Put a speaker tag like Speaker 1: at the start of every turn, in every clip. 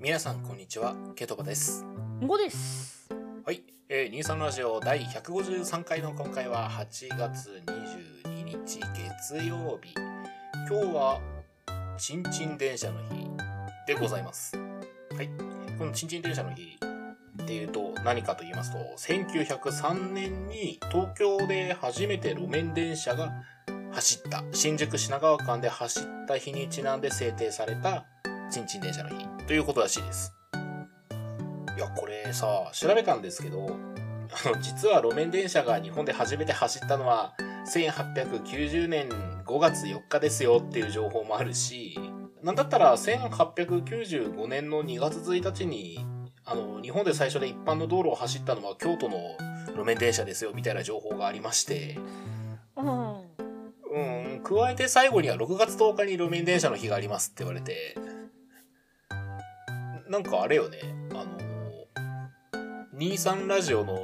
Speaker 1: 皆さんこんにちはケトバです
Speaker 2: 五です。
Speaker 1: はい、えー、23ラジオ第153回の今回は8月22日月曜日今日はちんちん電車の日でございますはいこのちんちん電車の日っていうと何かと言いますと1903年に東京で初めて路面電車が走った新宿品川間で走った日にちなんで制定されたちんちん電車の日ということらしいですいやこれさ調べたんですけどあの実は路面電車が日本で初めて走ったのは1890年5月4日ですよっていう情報もあるしなんだったら1895年の2月1日にあの日本で最初で一般の道路を走ったのは京都の路面電車ですよみたいな情報がありまして
Speaker 2: う
Speaker 1: う
Speaker 2: ん。
Speaker 1: ん加えて最後には6月10日に路面電車の日がありますって言われてなんかあれよねあの23ラジオの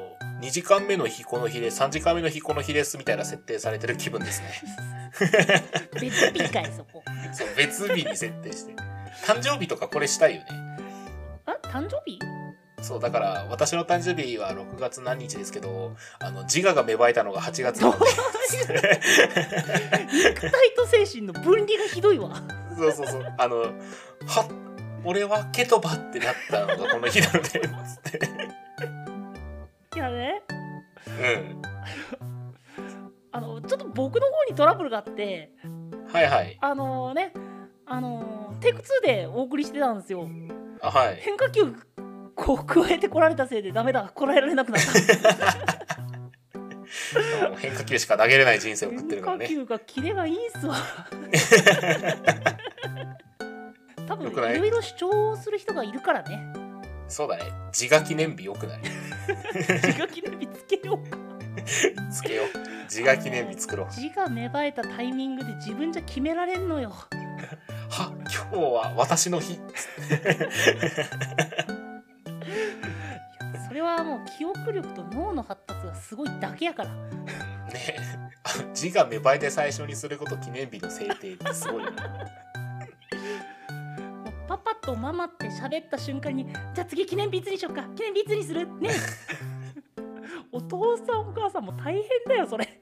Speaker 1: 2時間目の日この日で3時間目の日この日ですみたいな設定されてる気分ですね
Speaker 2: 別日かいそこ。
Speaker 1: そう別日に設定して誕生日とかこれしたいよね
Speaker 2: あ、誕生日？
Speaker 1: そうだから私の誕生日は6月何日ですけどあの自我が芽生えたのが8月なんで
Speaker 2: 肉体と精神の分離がひどいわ。
Speaker 1: そうそうそうあのはっ俺はケトバってなったのがこの日なの でつって
Speaker 2: いやね、
Speaker 1: う
Speaker 2: あのちょっと僕の方にトラブルがあって、
Speaker 1: ん。はいはい。
Speaker 2: あのね、あのテイク2でお送りしてたんですよ。
Speaker 1: あ、はい。
Speaker 2: 変化球こう加えてこられたせいでダメだ、こらえられなくなった。
Speaker 1: もう変化球しか投げれない人生を送って
Speaker 2: 変
Speaker 1: るから
Speaker 2: 化
Speaker 1: ね。
Speaker 2: 球がキレがいいんすわ。 多分
Speaker 1: よくない
Speaker 2: いろいろ主張する人がいるから ね。
Speaker 1: そうだね。自我記念日よくない。
Speaker 2: 自我記念日つけよう。
Speaker 1: つけよう。自我記念日作ろう。
Speaker 2: 字が芽生えたタイミングで自分じゃ決められんのよ
Speaker 1: は、今日は私の日。
Speaker 2: それはもう記憶力と脳の発達がすごいだけやから
Speaker 1: ね。あ自我芽生えて最初にすること記念日の制定ってすごいな。
Speaker 2: もうパパとママって喋った瞬間にじゃあ次記念日いつにしようか記念日いつにするね お父さんお母さんも大変だよそれ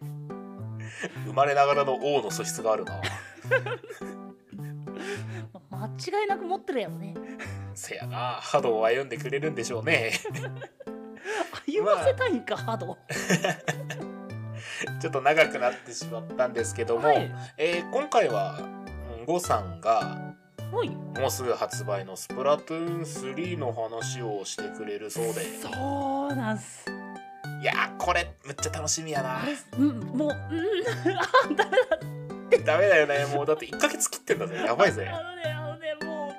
Speaker 1: 生まれながらの王の素質があるな。
Speaker 2: 間違いなく持ってるやろね
Speaker 1: せやな。波動を歩んでくれるんでしょうね。
Speaker 2: 歩ませたいんかハド
Speaker 1: ちょっと長くなってしまったんですけども、
Speaker 2: はい
Speaker 1: えー今回は、うんゴさんが、
Speaker 2: おい
Speaker 1: もうすぐ発売のスプラトゥーン3の話をしてくれるそうで。
Speaker 2: そうなんす
Speaker 1: いやー、これ、むっちゃ楽しみやな
Speaker 2: あ。れうんもううんあダメだ
Speaker 1: ダメだよ ね。もうだって1ヶ月切ってんだぜ。やばいぜ
Speaker 2: あ。のねあのねもう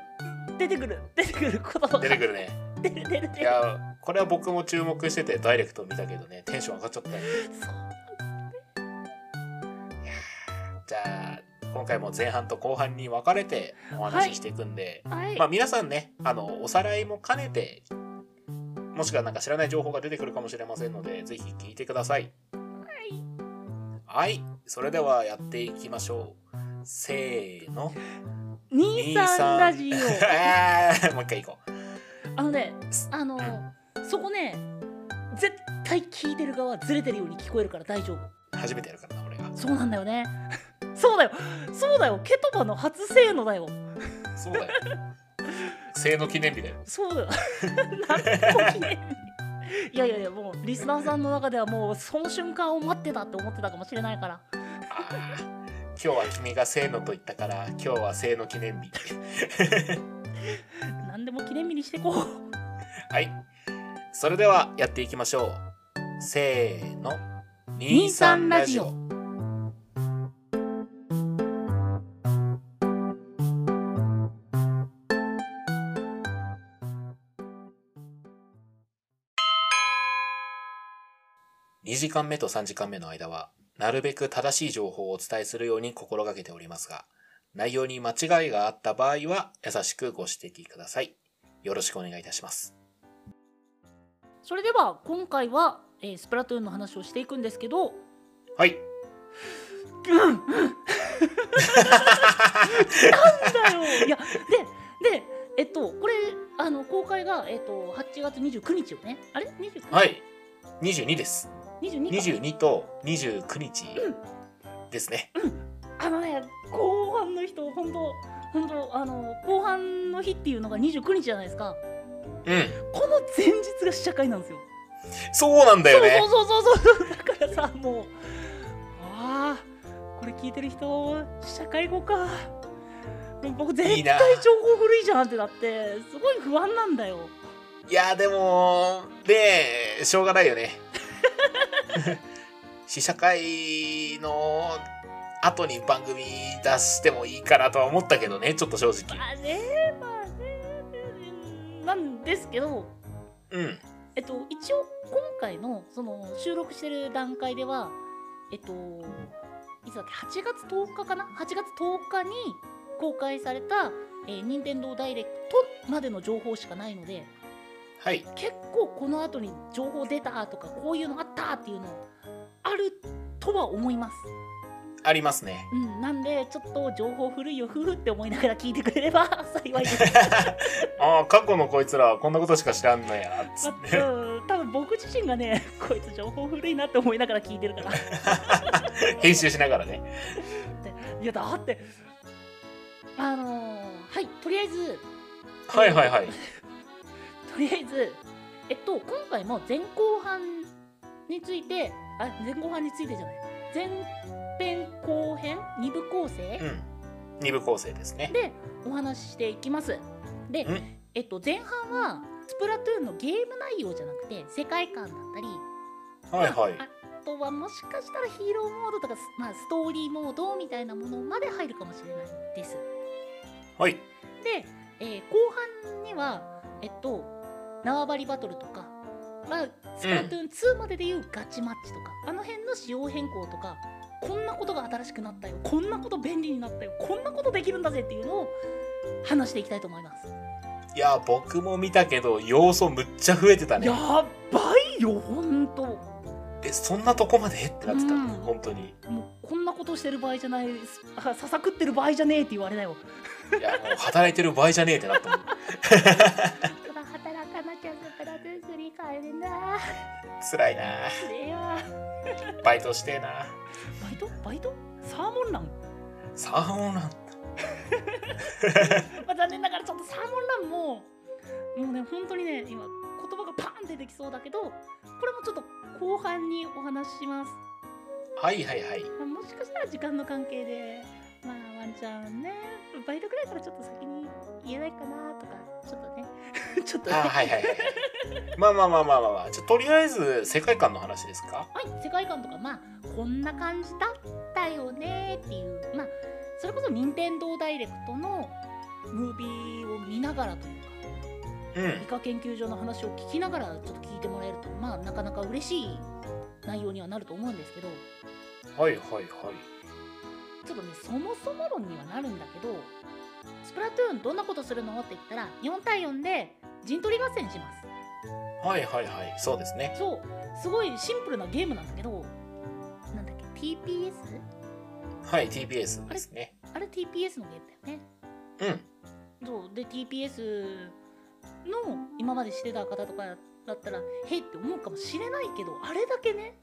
Speaker 2: 出てくる出てくる言葉が
Speaker 1: 出てくるね。
Speaker 2: 出る出る
Speaker 1: いやー、これは僕も注目してて、ダイレクト見たけどね、テンション上がっちゃったよ。じゃあ、今回も前半と後半に分かれてお話ししていくんで、
Speaker 2: はい、
Speaker 1: まあ皆さんね、あの、おさらいも兼ねて、もしくはなんか知らない情報が出てくるかもしれませんので、ぜひ聞いてください。はい、それではやっていきましょう。せーの。
Speaker 2: 兄さんラジオ
Speaker 1: あーもう一回いこう。
Speaker 2: あのね
Speaker 1: す
Speaker 2: あのそこね絶対聞いてる側はずれてるように聞こえるから大丈夫
Speaker 1: 初めてやるからな、俺が。
Speaker 2: そうなんだよね そうだよそうだよケトバの初せーのだよ
Speaker 1: そうだよ。生の記念日だよ。
Speaker 2: そうだよ なんと記念日いやいやいやもうリスナーさんの中ではもうその瞬間を待ってたって思ってたかもしれないから
Speaker 1: あー今日は君が生のと言ったから、今日は生の記念日。
Speaker 2: 何でも記念日にしてこう
Speaker 1: はい。それではやっていきましょう。せーの。
Speaker 2: 23ラジオ。
Speaker 1: 2時間目と3時間目の間は、なるべく正しい情報をお伝えするように心がけておりますが、内容に間違いがあった場合は、優しくご指摘ください。よろしくお願いいたします。
Speaker 2: それでは今回は、えースプラトゥーンの話をしていくんですけど
Speaker 1: はい。
Speaker 2: だよいやででえっとこれあの会が、えっと8月29日よねあれ29日、
Speaker 1: はい22です
Speaker 2: 22か
Speaker 1: 22と29日
Speaker 2: うん
Speaker 1: ですね、
Speaker 2: あのね後半の人本当本当あの後半の日っていうのが29日じゃないですか
Speaker 1: うん、
Speaker 2: この前日が試写会なんですよ
Speaker 1: そうなんだよね
Speaker 2: そうそうそうそうそうだからさもうああこれ聞いてる人試写会後かでも僕
Speaker 1: いい
Speaker 2: 絶
Speaker 1: な
Speaker 2: 対情報古いじゃんってなってすごい不安なんだよ
Speaker 1: いやでもでしょうがないよね 試写会の後に番組出してもいいかなとは思ったけどねちょっと正直
Speaker 2: まあねまあねなんですけど
Speaker 1: うん
Speaker 2: えっと一応今回のその収録してる段階ではえっといつだっけ8月10日かな8月10日に公開された、えー、任天堂ダイレクトまでの情報しかないので
Speaker 1: はい
Speaker 2: 結構この後に情報出たとかこういうのあったっていうのあるとは思います、
Speaker 1: ありますね
Speaker 2: うん、なんでちょっと情報古いよふふって思いながら聞いてくれれ ば幸いです、
Speaker 1: ああ過去のこいつらはこんなことしか知らんのやつ
Speaker 2: ま
Speaker 1: っ
Speaker 2: あうん多分僕自身がねこいつ情報古いなって思いながら聞いてるから
Speaker 1: て編集しながらね
Speaker 2: いやだってあのーはいとりあえず
Speaker 1: はいはいはい
Speaker 2: とりあえずえっと今回も前後半についてあ前後半についてじゃない前編後編2部構成、
Speaker 1: うん二部構成ですね
Speaker 2: でお話ししていきますで
Speaker 1: うん、
Speaker 2: えっと、前半はスプラトゥーンのゲーム内容じゃなくて世界観だったり
Speaker 1: はいはい
Speaker 2: あとはもしかしたらヒーローモードとか、まあ、ストーリーモードみたいなものまで入るかもしれないです
Speaker 1: はい
Speaker 2: で、えー後半にはえっと縄張りバトルとか、まあ、スプラトゥーン2まででいうガチマッチとか、あの辺の仕様変更とかこんなことが新しくなったよこんなこと便利になったよこんなことできるんだぜっていうのを話していきたいと思います。
Speaker 1: いや僕も見たけど要素むっちゃ増えてたね
Speaker 2: やばいよ本当も
Speaker 1: えそんなとこまでってなってた、
Speaker 2: うん
Speaker 1: 本当に
Speaker 2: うこんなことしてる場合じゃないすあささくってる場合じゃねえって言われないよ
Speaker 1: いやもう働いてる場合じゃねえってなったもん
Speaker 2: 働かなきゃスプラトゥーン3買えねえんだ
Speaker 1: 辛いな
Speaker 2: つれえよ
Speaker 1: バイトしてえな
Speaker 2: バイトバイトサーモンラン、
Speaker 1: サーモンラン
Speaker 2: まあ、残念ながらちょっとサーモンランももうね本当にね今言葉がパーン出てきそうだけどこれもちょっと後半にお話しします、
Speaker 1: はいはいはい
Speaker 2: まあ、もしかしたら時間の関係でまあワンちゃんねバイトくらいからちょっと先に言えないかなとかちょっとね ちょっと
Speaker 1: あー
Speaker 2: ね
Speaker 1: はいはいはいはいまあまあまあまあまあ、まあ、ちょとりあえず世界観の話ですか
Speaker 2: はい、世界観とかまあこんな感じだったよねっていうまあそれこそ任天堂ダイレクトのムービーを見ながらというか
Speaker 1: うん
Speaker 2: 理科研究所の話を聞きながらちょっと聞いてもらえるとまあなかなか嬉しい内容にはなると思うんですけど
Speaker 1: はいはいはい
Speaker 2: ちょっとねそもそも論にはなるんだけどスプラトゥーンどんなことするのって言ったら4対4で陣取り合戦しま
Speaker 1: はいはいはいそうですね
Speaker 2: すそうすごいシンプルなゲームなんだけどなんだっけ TPS?
Speaker 1: はい TBS ですね
Speaker 2: あれ TPS のゲームだよね
Speaker 1: うん
Speaker 2: そうで TPS の今までしてた方とかだったら「へい」って思うかもしれないけどあれだけね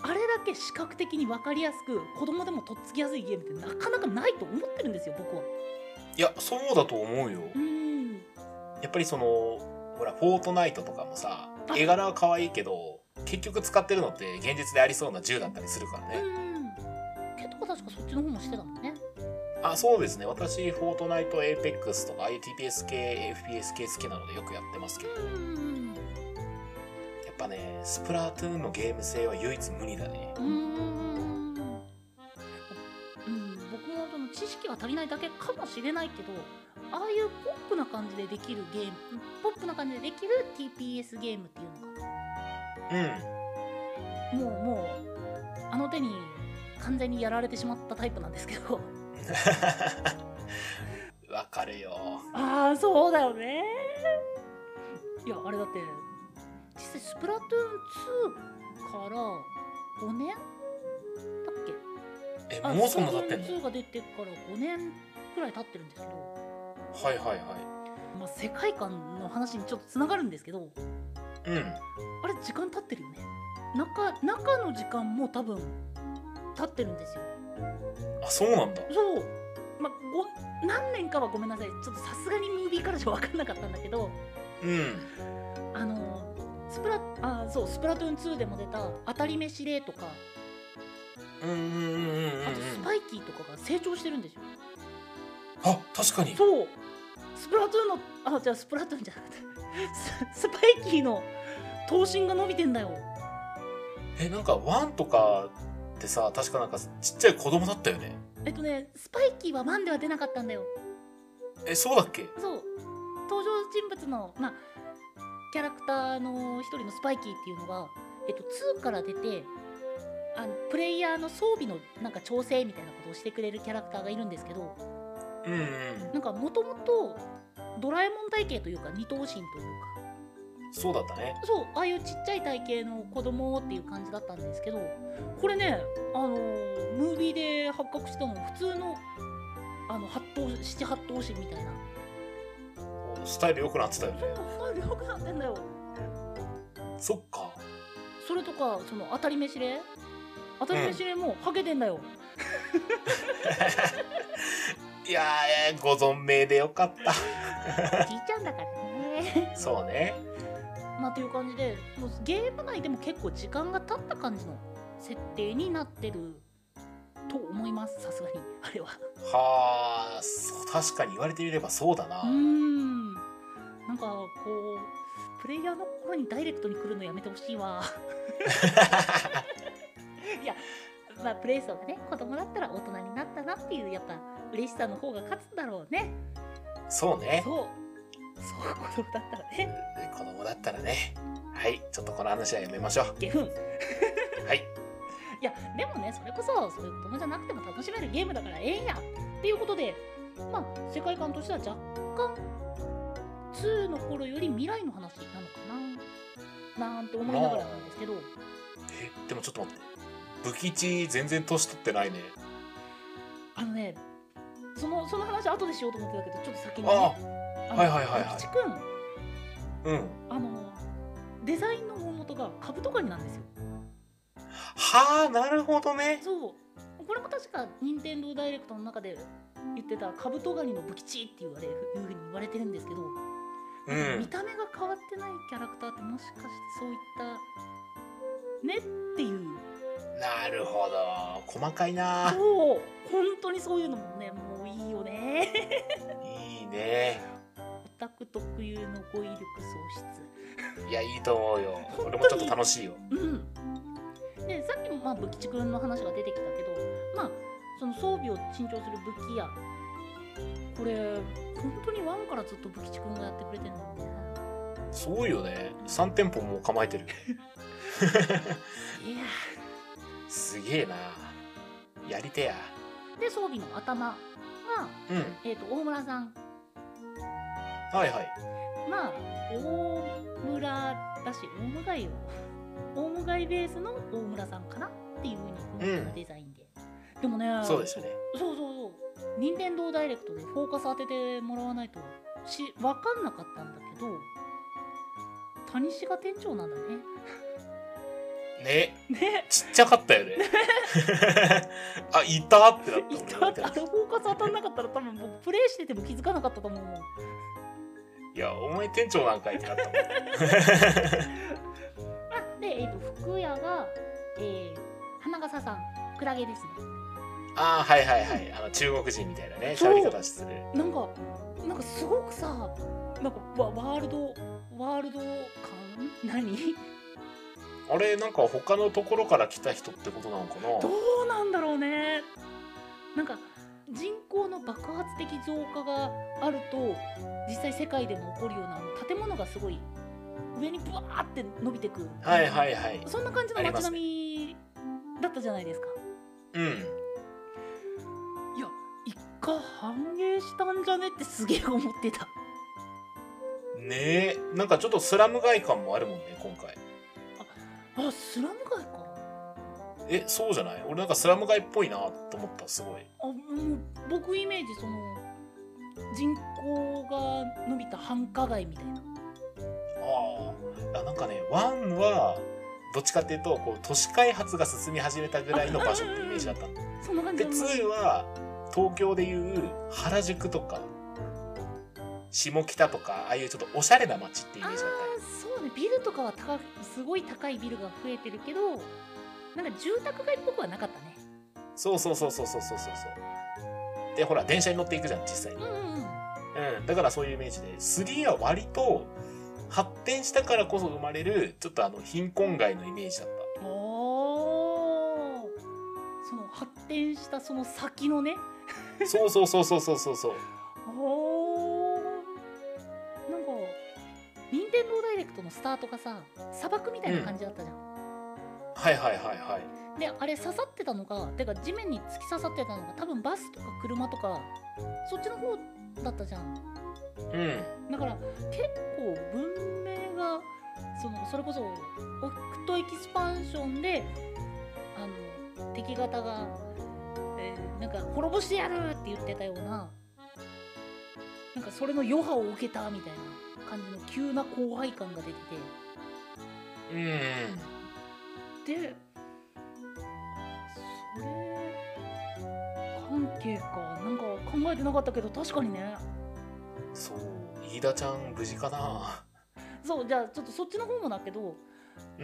Speaker 2: あれだけ視覚的に分かりやすく子供でもとっつきやすいゲームってなかなかないと思ってるんですよ僕はい
Speaker 1: やそうだと思うよ
Speaker 2: うーん
Speaker 1: やっぱりそのほら「フォートナイト」とかもさ絵柄は可愛いけど結局使ってるのって現実でありそうな銃だったりするから
Speaker 2: う
Speaker 1: ね、
Speaker 2: ーんケトコ確かそっちの方もしてたもんね
Speaker 1: あそうですね私フォートナイトエーペックスとか ITPS 系 FPS 系好きなのでよくやってますけど
Speaker 2: うーん
Speaker 1: やっぱねスプラトゥーンのゲーム性は唯一無二だね
Speaker 2: うーんうん僕もその知識が足りないだけかもしれないけどああいうポップな感じでできるゲームポップな感じでできる TPS ゲームっていうのが
Speaker 1: うん
Speaker 2: もうもうあの手に完全にやられてしまったタイプなんですけど
Speaker 1: わかるよ
Speaker 2: ああそうだよねいやあれだって実際「スプラトゥーン2」から5年だっけ
Speaker 1: え
Speaker 2: あ
Speaker 1: もうそんな経ってんの
Speaker 2: スプラトゥーン2が出てから5年くらい経ってるんですけど
Speaker 1: はいはいは
Speaker 2: まあ、世界観の話にちょっとつながるんですけど
Speaker 1: うん
Speaker 2: あれ時間経ってるよね中中の時間も多分経ってるんですよ
Speaker 1: あそうなんだ
Speaker 2: そう、まあ、ご何年かはごめんなさいちょっとさすがにムービーからじゃ分かんなかったんだけど
Speaker 1: うん
Speaker 2: あのスプラあそうスプラトゥーン2でも出た「当たり飯レ」とか
Speaker 1: うんうんうんうんうん
Speaker 2: あとスパイキーとかが成長してるんですよ、
Speaker 1: あ確かに
Speaker 2: そうスプラトゥーンのあじゃあスプラトゥーンじゃなかった ススパイキーの頭身が伸びてんだよ
Speaker 1: えなんかワンとかってさ確かなんかちっちゃい子供だったよね
Speaker 2: えっとねスパイキーは1では出なかったんだよ
Speaker 1: えそうだっけ
Speaker 2: そう登場人物の、まあ、キャラクターの一人のスパイキーっていうのが、えっと、2から出てあのプレイヤーの装備のなんか調整みたいなことをしてくれるキャラクターがいるんですけど
Speaker 1: うんうん
Speaker 2: なんかもともとドラえもん体型というか二頭身というか
Speaker 1: そうだったね
Speaker 2: そうああいうちっちゃい体型の子供っていう感じだったんですけどこれねあのムービーで発覚したの普通のあの八頭七八頭身みたいな
Speaker 1: スタイル良くなってたよね
Speaker 2: そうそういうのがあってんだよ
Speaker 1: そっか
Speaker 2: それとかその当たり飯れ当たり飯れもハゲてんだよ、
Speaker 1: いやーえーご存命でよかっ
Speaker 2: じいちゃんだからね
Speaker 1: たそうね
Speaker 2: まあという感じでもうゲーム内でも結構時間が経った感じの設定になってると思いますさすがにあれは
Speaker 1: はあそう確かに言われてみればそうだな
Speaker 2: うーんなんかこうプレイヤーの心にダイレクトに来るのやめてほしいわ いやまあプレイ層がね子供だったら大人になったなっていうやっぱ嬉しさの方が勝つんだろうね
Speaker 1: そうね
Speaker 2: そうそう子供だったらね
Speaker 1: 子供だったらねはいちょっとこの話はやめましょう
Speaker 2: ゲフンい
Speaker 1: はい
Speaker 2: やでもねそれこそそういう子供じゃなくても楽しめるゲームだからええんやっていうことでまあ世界観としては若干2の頃より未来の話なのかななんて思いながらなんですけど
Speaker 1: えでもちょっと待って武吉全然年取ってないね
Speaker 2: あのねそのその話後でしようと思ってたけどちょっと先にね
Speaker 1: あ
Speaker 2: あの
Speaker 1: はいはいはいはい
Speaker 2: 菊池
Speaker 1: う
Speaker 2: 君
Speaker 1: ん
Speaker 2: あのデザインの大元が株とかになんですよ
Speaker 1: はあなるほどね
Speaker 2: そうこれも確か任天堂ダイレクトの中で言ってた「カブトガニの武吉」って言われるいうふうに言われてるんですけど、
Speaker 1: う
Speaker 2: 見
Speaker 1: ん
Speaker 2: た目が変わってないキャラクターってもしかしてそういったねっていう
Speaker 1: なるほど細かいな
Speaker 2: そう本当にそういうのもねもういいよね
Speaker 1: いいね
Speaker 2: オタク特有の語彙力喪失
Speaker 1: いやいいと思うよ
Speaker 2: 当に
Speaker 1: 俺もちょっと楽しいよ
Speaker 2: うん、でさっきもまあ武吉君の話が出てきたけどまあその装備を新調する武器屋これ本当にワンからずっと武吉君がやってくれてるんだよね
Speaker 1: そうよね3店舗もう構えてる
Speaker 2: いや
Speaker 1: すげえなやりてや
Speaker 2: ーで装備の頭が、
Speaker 1: うん
Speaker 2: えー、と大村さん
Speaker 1: はいはい
Speaker 2: まあ大村だしオウムガイをオウムガイベースの大村さんかなっていうふうに思
Speaker 1: う
Speaker 2: うんデザインで、でもね
Speaker 1: そうですね
Speaker 2: そうそうそう任天堂ダイレクトでフォーカス当ててもらわないとし分かんなかったんだけど谷志が店長なんだね
Speaker 1: ね
Speaker 2: ね
Speaker 1: ちっちゃかったよね あいたってなった
Speaker 2: い
Speaker 1: 俺
Speaker 2: た
Speaker 1: が
Speaker 2: あ
Speaker 1: 見
Speaker 2: れ
Speaker 1: た
Speaker 2: フォーカス当たんなかったら多分僕プレイしてても気づかなかったと思うもん
Speaker 1: いやお前店長なんかいってなったもん
Speaker 2: あで、えー、と福屋が、えー、花笠さんクラゲですね
Speaker 1: ああはいはいはいあの中国人みたいなね
Speaker 2: そう
Speaker 1: 喋り方する
Speaker 2: なんかなんかすごくさなんかワワールドワールド感何
Speaker 1: あれなんか他のところから来た人ってことなのか
Speaker 2: ど
Speaker 1: な
Speaker 2: うなんだろうねなんか人口の爆発的増加があると実際世界でも起こるようなあの建物がすごい上にブワーって伸びてく
Speaker 1: はいはいはい
Speaker 2: そんな感じの
Speaker 1: ありま
Speaker 2: 街
Speaker 1: すね
Speaker 2: 並みだったじゃないですか
Speaker 1: うん
Speaker 2: いや一回繁栄したんじゃねってすげえ思ってた
Speaker 1: ねえなんかちょっとスラム街感もあるもんね今回
Speaker 2: あスラム街か
Speaker 1: えそうじゃない俺なんかスラム街っぽいなと思ったすごい
Speaker 2: あもう僕イメージその人口が伸びた繁華街みたいな
Speaker 1: ああなんかねワンはどっちかっていうとこう都市開発が進み始めたぐらいの場所ってイメージだったんだ
Speaker 2: そんな感じ
Speaker 1: で
Speaker 2: の
Speaker 1: 2は東京でいう原宿とか下北とかああいうちょっとおしゃれな街ってイ
Speaker 2: あ
Speaker 1: メージだったよ
Speaker 2: ーそうねビルとかは高くすごい高いビルが増えてるけどなんか住宅街っぽくはなかったね
Speaker 1: そうそうそうそうそうそうそうそうでほら電車に乗っていくじゃん実際に
Speaker 2: うんうんうん
Speaker 1: うん、だからそういうイメージで3は割と発展したからこそ生まれるちょっとあの貧困街のイメージだっ
Speaker 2: おーその発展したその先のね
Speaker 1: たそうそうそうそうそうそうそう
Speaker 2: おーなんか任天堂ダイレクトのスタートがさ砂漠みたいな感じだったじゃん、
Speaker 1: はいはいはいはい
Speaker 2: であれ刺さってたのがてか地面に突き刺さってたのが多分バスとか車とかそっちの方だったじゃん
Speaker 1: うん
Speaker 2: だから結構文明がそのそれこそオクトエキスパンションであの敵方が、えーなんか滅ぼしてやるって言ってたようななんかそれの余波を受けたみたいな感じの急な後輩感が出て
Speaker 1: うんうん
Speaker 2: てでそれ関係かなんか考えてなかったけど確かにね
Speaker 1: そう飯田ちゃん無事かな
Speaker 2: そうじゃあちょっとそっちの方もだけど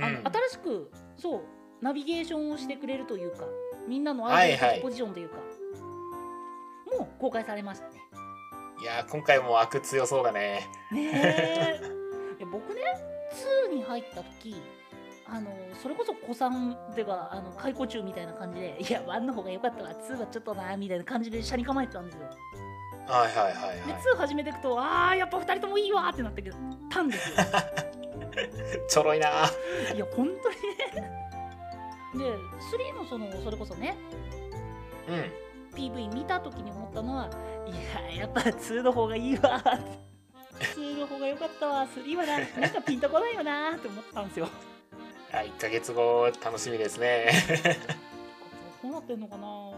Speaker 2: あの
Speaker 1: うん
Speaker 2: 新しくそうナビゲーションをしてくれるというかみんなの
Speaker 1: は
Speaker 2: ア
Speaker 1: い
Speaker 2: イ
Speaker 1: はい
Speaker 2: デアポジションというか、もう公開されましたね。
Speaker 1: いやー今回も悪強そうだね
Speaker 2: ねえ いや僕ね2に入った時あのそれこそ古参ではあの解雇中みたいな感じで「いや1の方が良かったわ2はちょっとな」みたいな感じで車に構えてたんですよ。
Speaker 1: はいはいはい
Speaker 2: で
Speaker 1: は
Speaker 2: 2始めていくと「あーやっぱ2人ともいいわ」ってなったけどたんですよ。
Speaker 1: いちょろいない
Speaker 2: や本当にね。で3のそのそれこそね
Speaker 1: うん
Speaker 2: PV 見た時に思ったのはいややっぱ2の方がいいわ2の方が良かったわ3はななんかピンとこないよなって思ったんですよ
Speaker 1: はい1ヶ月後楽しみですね
Speaker 2: どうなってんのかなう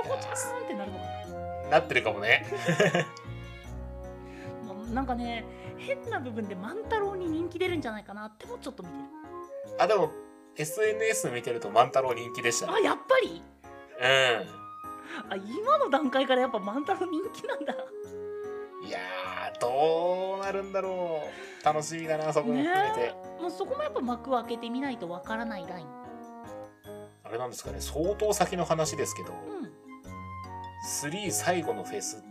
Speaker 2: つほちゃーんってなるのか
Speaker 1: なってるかもね
Speaker 2: なまなんかね変な部分で万太郎に人気出るんじゃないかなってもちょっと見てる
Speaker 1: あでも SNS 見てると万太郎人気でした
Speaker 2: あ
Speaker 1: ね
Speaker 2: やっぱり
Speaker 1: うん
Speaker 2: あ今の段階からやっぱ万太郎人気なんだ
Speaker 1: いやーどうなるんだろう楽しみだなそこも含めて、
Speaker 2: ねえもうそこもやっぱ幕を開けてみないとわからないライン
Speaker 1: あれなんですかね相当先の話ですけど
Speaker 2: うん
Speaker 1: 3最後のフェス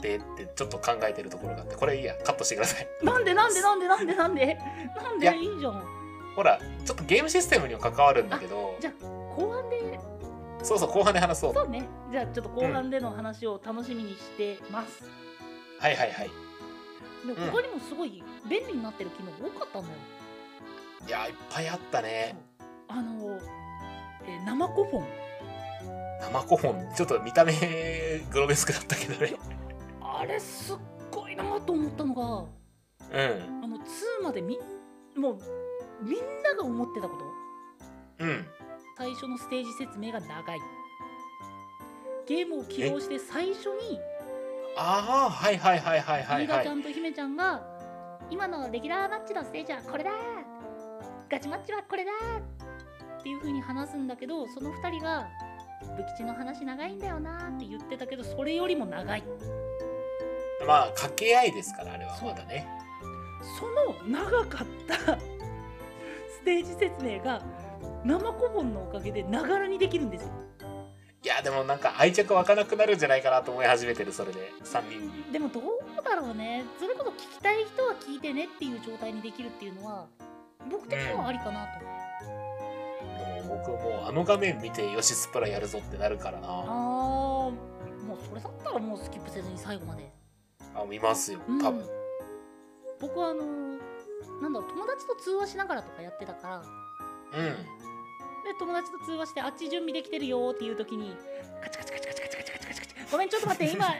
Speaker 1: でってちょっと考えてるところがあってこれいいやカットしてください
Speaker 2: なんでなんでなんでなんでなんでなん
Speaker 1: いや
Speaker 2: でいいじゃん
Speaker 1: ほらちょっとゲームシステムにも関わるんだけど
Speaker 2: じゃ後半で
Speaker 1: そうそう後半で話そう
Speaker 2: そうねじゃあちょっと後半での話を楽しみにしてます、
Speaker 1: はいはいはい
Speaker 2: でも他にもすごい便利になってる機能多かったんだよ
Speaker 1: いやーいっぱいあったね
Speaker 2: あの、えー生コフォン
Speaker 1: 生古本ちょっと見た目グロベスクだったけどね
Speaker 2: あれすっごいなと思ったのが
Speaker 1: うん
Speaker 2: あの2までみもうみんなが思ってたこと
Speaker 1: うん
Speaker 2: 最初のステージ説明が長いゲームを起動して最初に
Speaker 1: ああはいはいはいはいは
Speaker 2: リ
Speaker 1: い
Speaker 2: ーダ
Speaker 1: は
Speaker 2: ーちゃ
Speaker 1: い
Speaker 2: んと姫ちゃんが、今のレギュラーマッチのステージはこれだガチマッチはこれだっていう風に話すんだけどその2人が「武吉の話長いんだよな」って言ってたけどそれよりも長い
Speaker 1: まあ掛け合いですからあれはまだね
Speaker 2: その長かった ステージ説明が生コボンのおかげでながらにできるんですよ
Speaker 1: いやでもなんか愛着湧かなくなるんじゃないかなと思い始めてるそれで3人に
Speaker 2: でもどうだろうねそれこそ聞きたい人は聞いてねっていう状態にできるっていうのは僕的にはありかなと、
Speaker 1: でも僕もうあの画面見てよしスプラやるぞってなるからな
Speaker 2: あーもうそれだったらもうスキップせずに最後まで
Speaker 1: あ見ますよ
Speaker 2: うん
Speaker 1: 多分、
Speaker 2: 僕はあのーなんだろう友達と通話しながらとかやってたからで
Speaker 1: うん
Speaker 2: 友達と通話してあっち準備できてるよーっていう時にカチカチカチカチカチカチカチカチカチごめんちょっと待って今カチ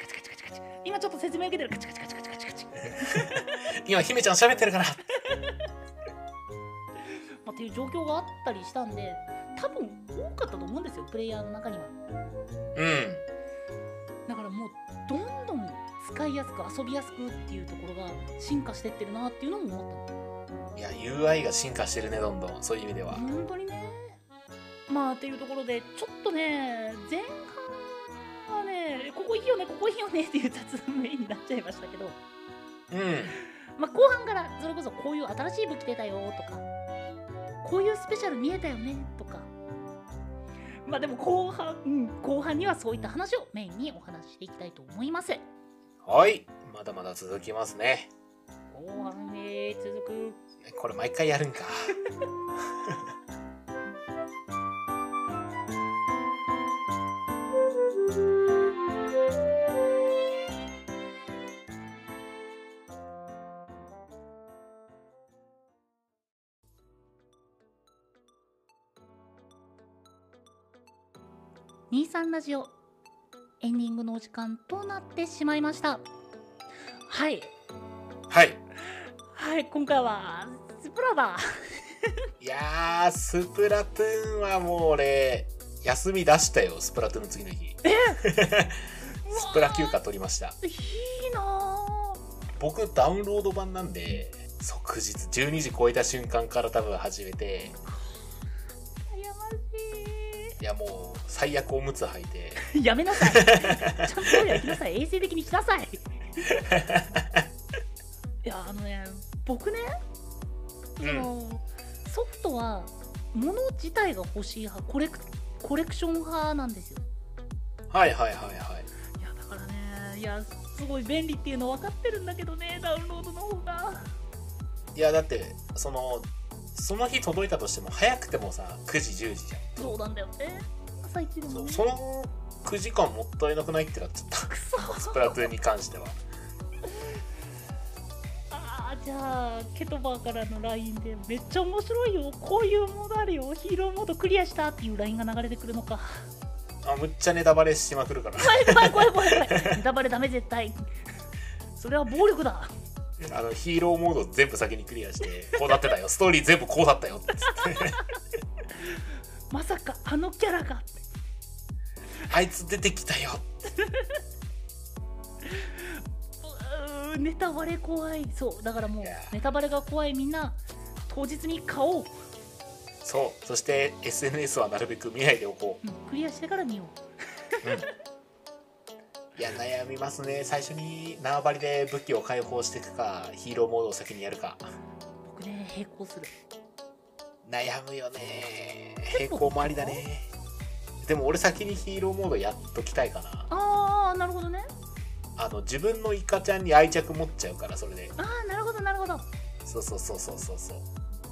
Speaker 2: カチカチカチカチ今ちょっと説明受けてるカチカチカチカチカチカチ、
Speaker 1: 今姫ちゃん喋ってるから
Speaker 2: まあ、っていう状況があったりしたんで多分多かったと思うんですよプレイヤーの中には
Speaker 1: うん
Speaker 2: だからもう使いやすく遊びやすくっていうところが進化してってるなっていうのも思った
Speaker 1: いや UI が進化してるねどんどんそういう意味では、
Speaker 2: 本当にねまあっていうところでちょっとね前半はねここいいよねここいいよねっていう雑談メインになっちゃいましたけど、
Speaker 1: うん
Speaker 2: まあ、後半からそれこそこういう新しい武器出たよとかこういうスペシャル見えたよねとかまあでも後半、うん、後半にはそういった話をメインにお話ししていきたいと思います
Speaker 1: はいまだまだ続きますね
Speaker 2: 後半へ続く
Speaker 1: これ毎回やるんか
Speaker 2: 23ラジオエンディングのお時間となってしまいましたはい
Speaker 1: はい
Speaker 2: はい今回はスプラだ
Speaker 1: いやースプラトゥーンはもう俺休み出したよスプラトゥーンの次の日 スプラ休暇取りました
Speaker 2: いいな
Speaker 1: 僕ダウンロード版なんで即日12時超えた瞬間から多分始めて
Speaker 2: ぁやまし
Speaker 1: いやもう最悪おむつ履いて
Speaker 2: い やめなさいちゃんとやりなさい衛生的にしなさいいやあのね僕ねその、ソフトは物自体が欲しい派コレクコレクション派なんですよ
Speaker 1: はいはいはいはい
Speaker 2: いやだからねいやすごい便利っていうの分かってるんだけどねダウンロードの方が
Speaker 1: いやだってそのその日届いたとしても早くてもさ9時10時じゃん
Speaker 2: そうなんだよね朝一でも
Speaker 1: そ
Speaker 2: ね
Speaker 1: その9時間もったいなくないってなっちゃ った
Speaker 2: くそ
Speaker 1: スプラトゥーンに関しては
Speaker 2: あーじゃあケトバーからの LINE でめっちゃ面白いよこういうモードあるよヒーローモードクリアしたっていう LINE が流れてくるのか
Speaker 1: あむっちゃネタバレしまくるから
Speaker 2: 怖い怖い怖い怖い ネタバレダメ絶対それは暴力だ
Speaker 1: あのヒーローモード全部先にクリアしてこうなってたよストーリー全部こうだったよっつって
Speaker 2: まさかあのキャラが
Speaker 1: あいつ出てきたよ
Speaker 2: うーネタバレ怖いそうだからもうネタバレが怖いみんな当日に買おう、
Speaker 1: そうそして SNS はなるべく見ないでおこ
Speaker 2: うんクリアしてから見よ
Speaker 1: う、うん、いや悩みますね最初に縄張りで武器を解放していくかヒーローモードを先にやるか
Speaker 2: う僕ね並行する
Speaker 1: 悩むよね平行もありだねでも俺先にヒーローモードやっときたいかな
Speaker 2: ああなるほどね
Speaker 1: あの自分のイカちゃんに愛着持っちゃうからそれで
Speaker 2: ああなるほどなるほど
Speaker 1: そうそうそうそうそうそう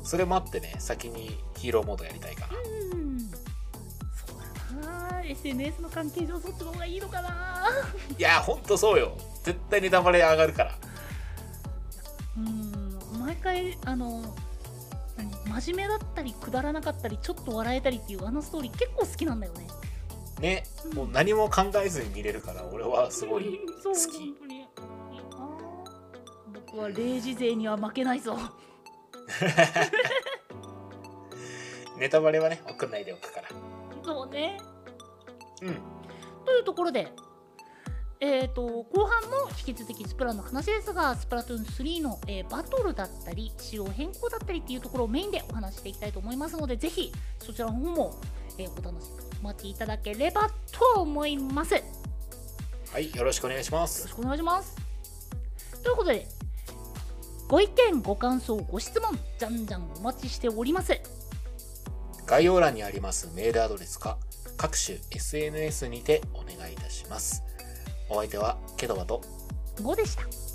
Speaker 1: それ待ってね先にヒーローモードやりたいかな
Speaker 2: うんそうだな SNS の関係上そっちの方がいいのかない
Speaker 1: やほんとそうよ絶対ネタバレ上がるから
Speaker 2: うん毎回あの何真面目だったりくだらなかったりちょっと笑えたりっていうあのストーリー結構好きなんだよね
Speaker 1: ね
Speaker 2: うん
Speaker 1: もう何も考えずに見れるから俺はすごい
Speaker 2: そう
Speaker 1: 好き
Speaker 2: 本当にあー僕は0時勢には負けないぞ
Speaker 1: ネタバレはね送んないでおくから
Speaker 2: そうね
Speaker 1: うん
Speaker 2: というところでえー、と後半も引き続きスプラの話ですがスプラトゥーン3の、えーバトルだったり仕様変更だったりっていうところをメインでお話ししていきたいと思いますのでぜひそちらの方も、えーお楽しみお待ちいただければと思いますよ
Speaker 1: はいよろしくお願いしま
Speaker 2: ろ
Speaker 1: す
Speaker 2: しくお願いしますということでご意見ご感想ご質問じゃんじゃんお待ちしております
Speaker 1: 概要欄にありますメールアドレスか各種 SNS にてお願いいたしますお相手はケドバと
Speaker 2: 5でした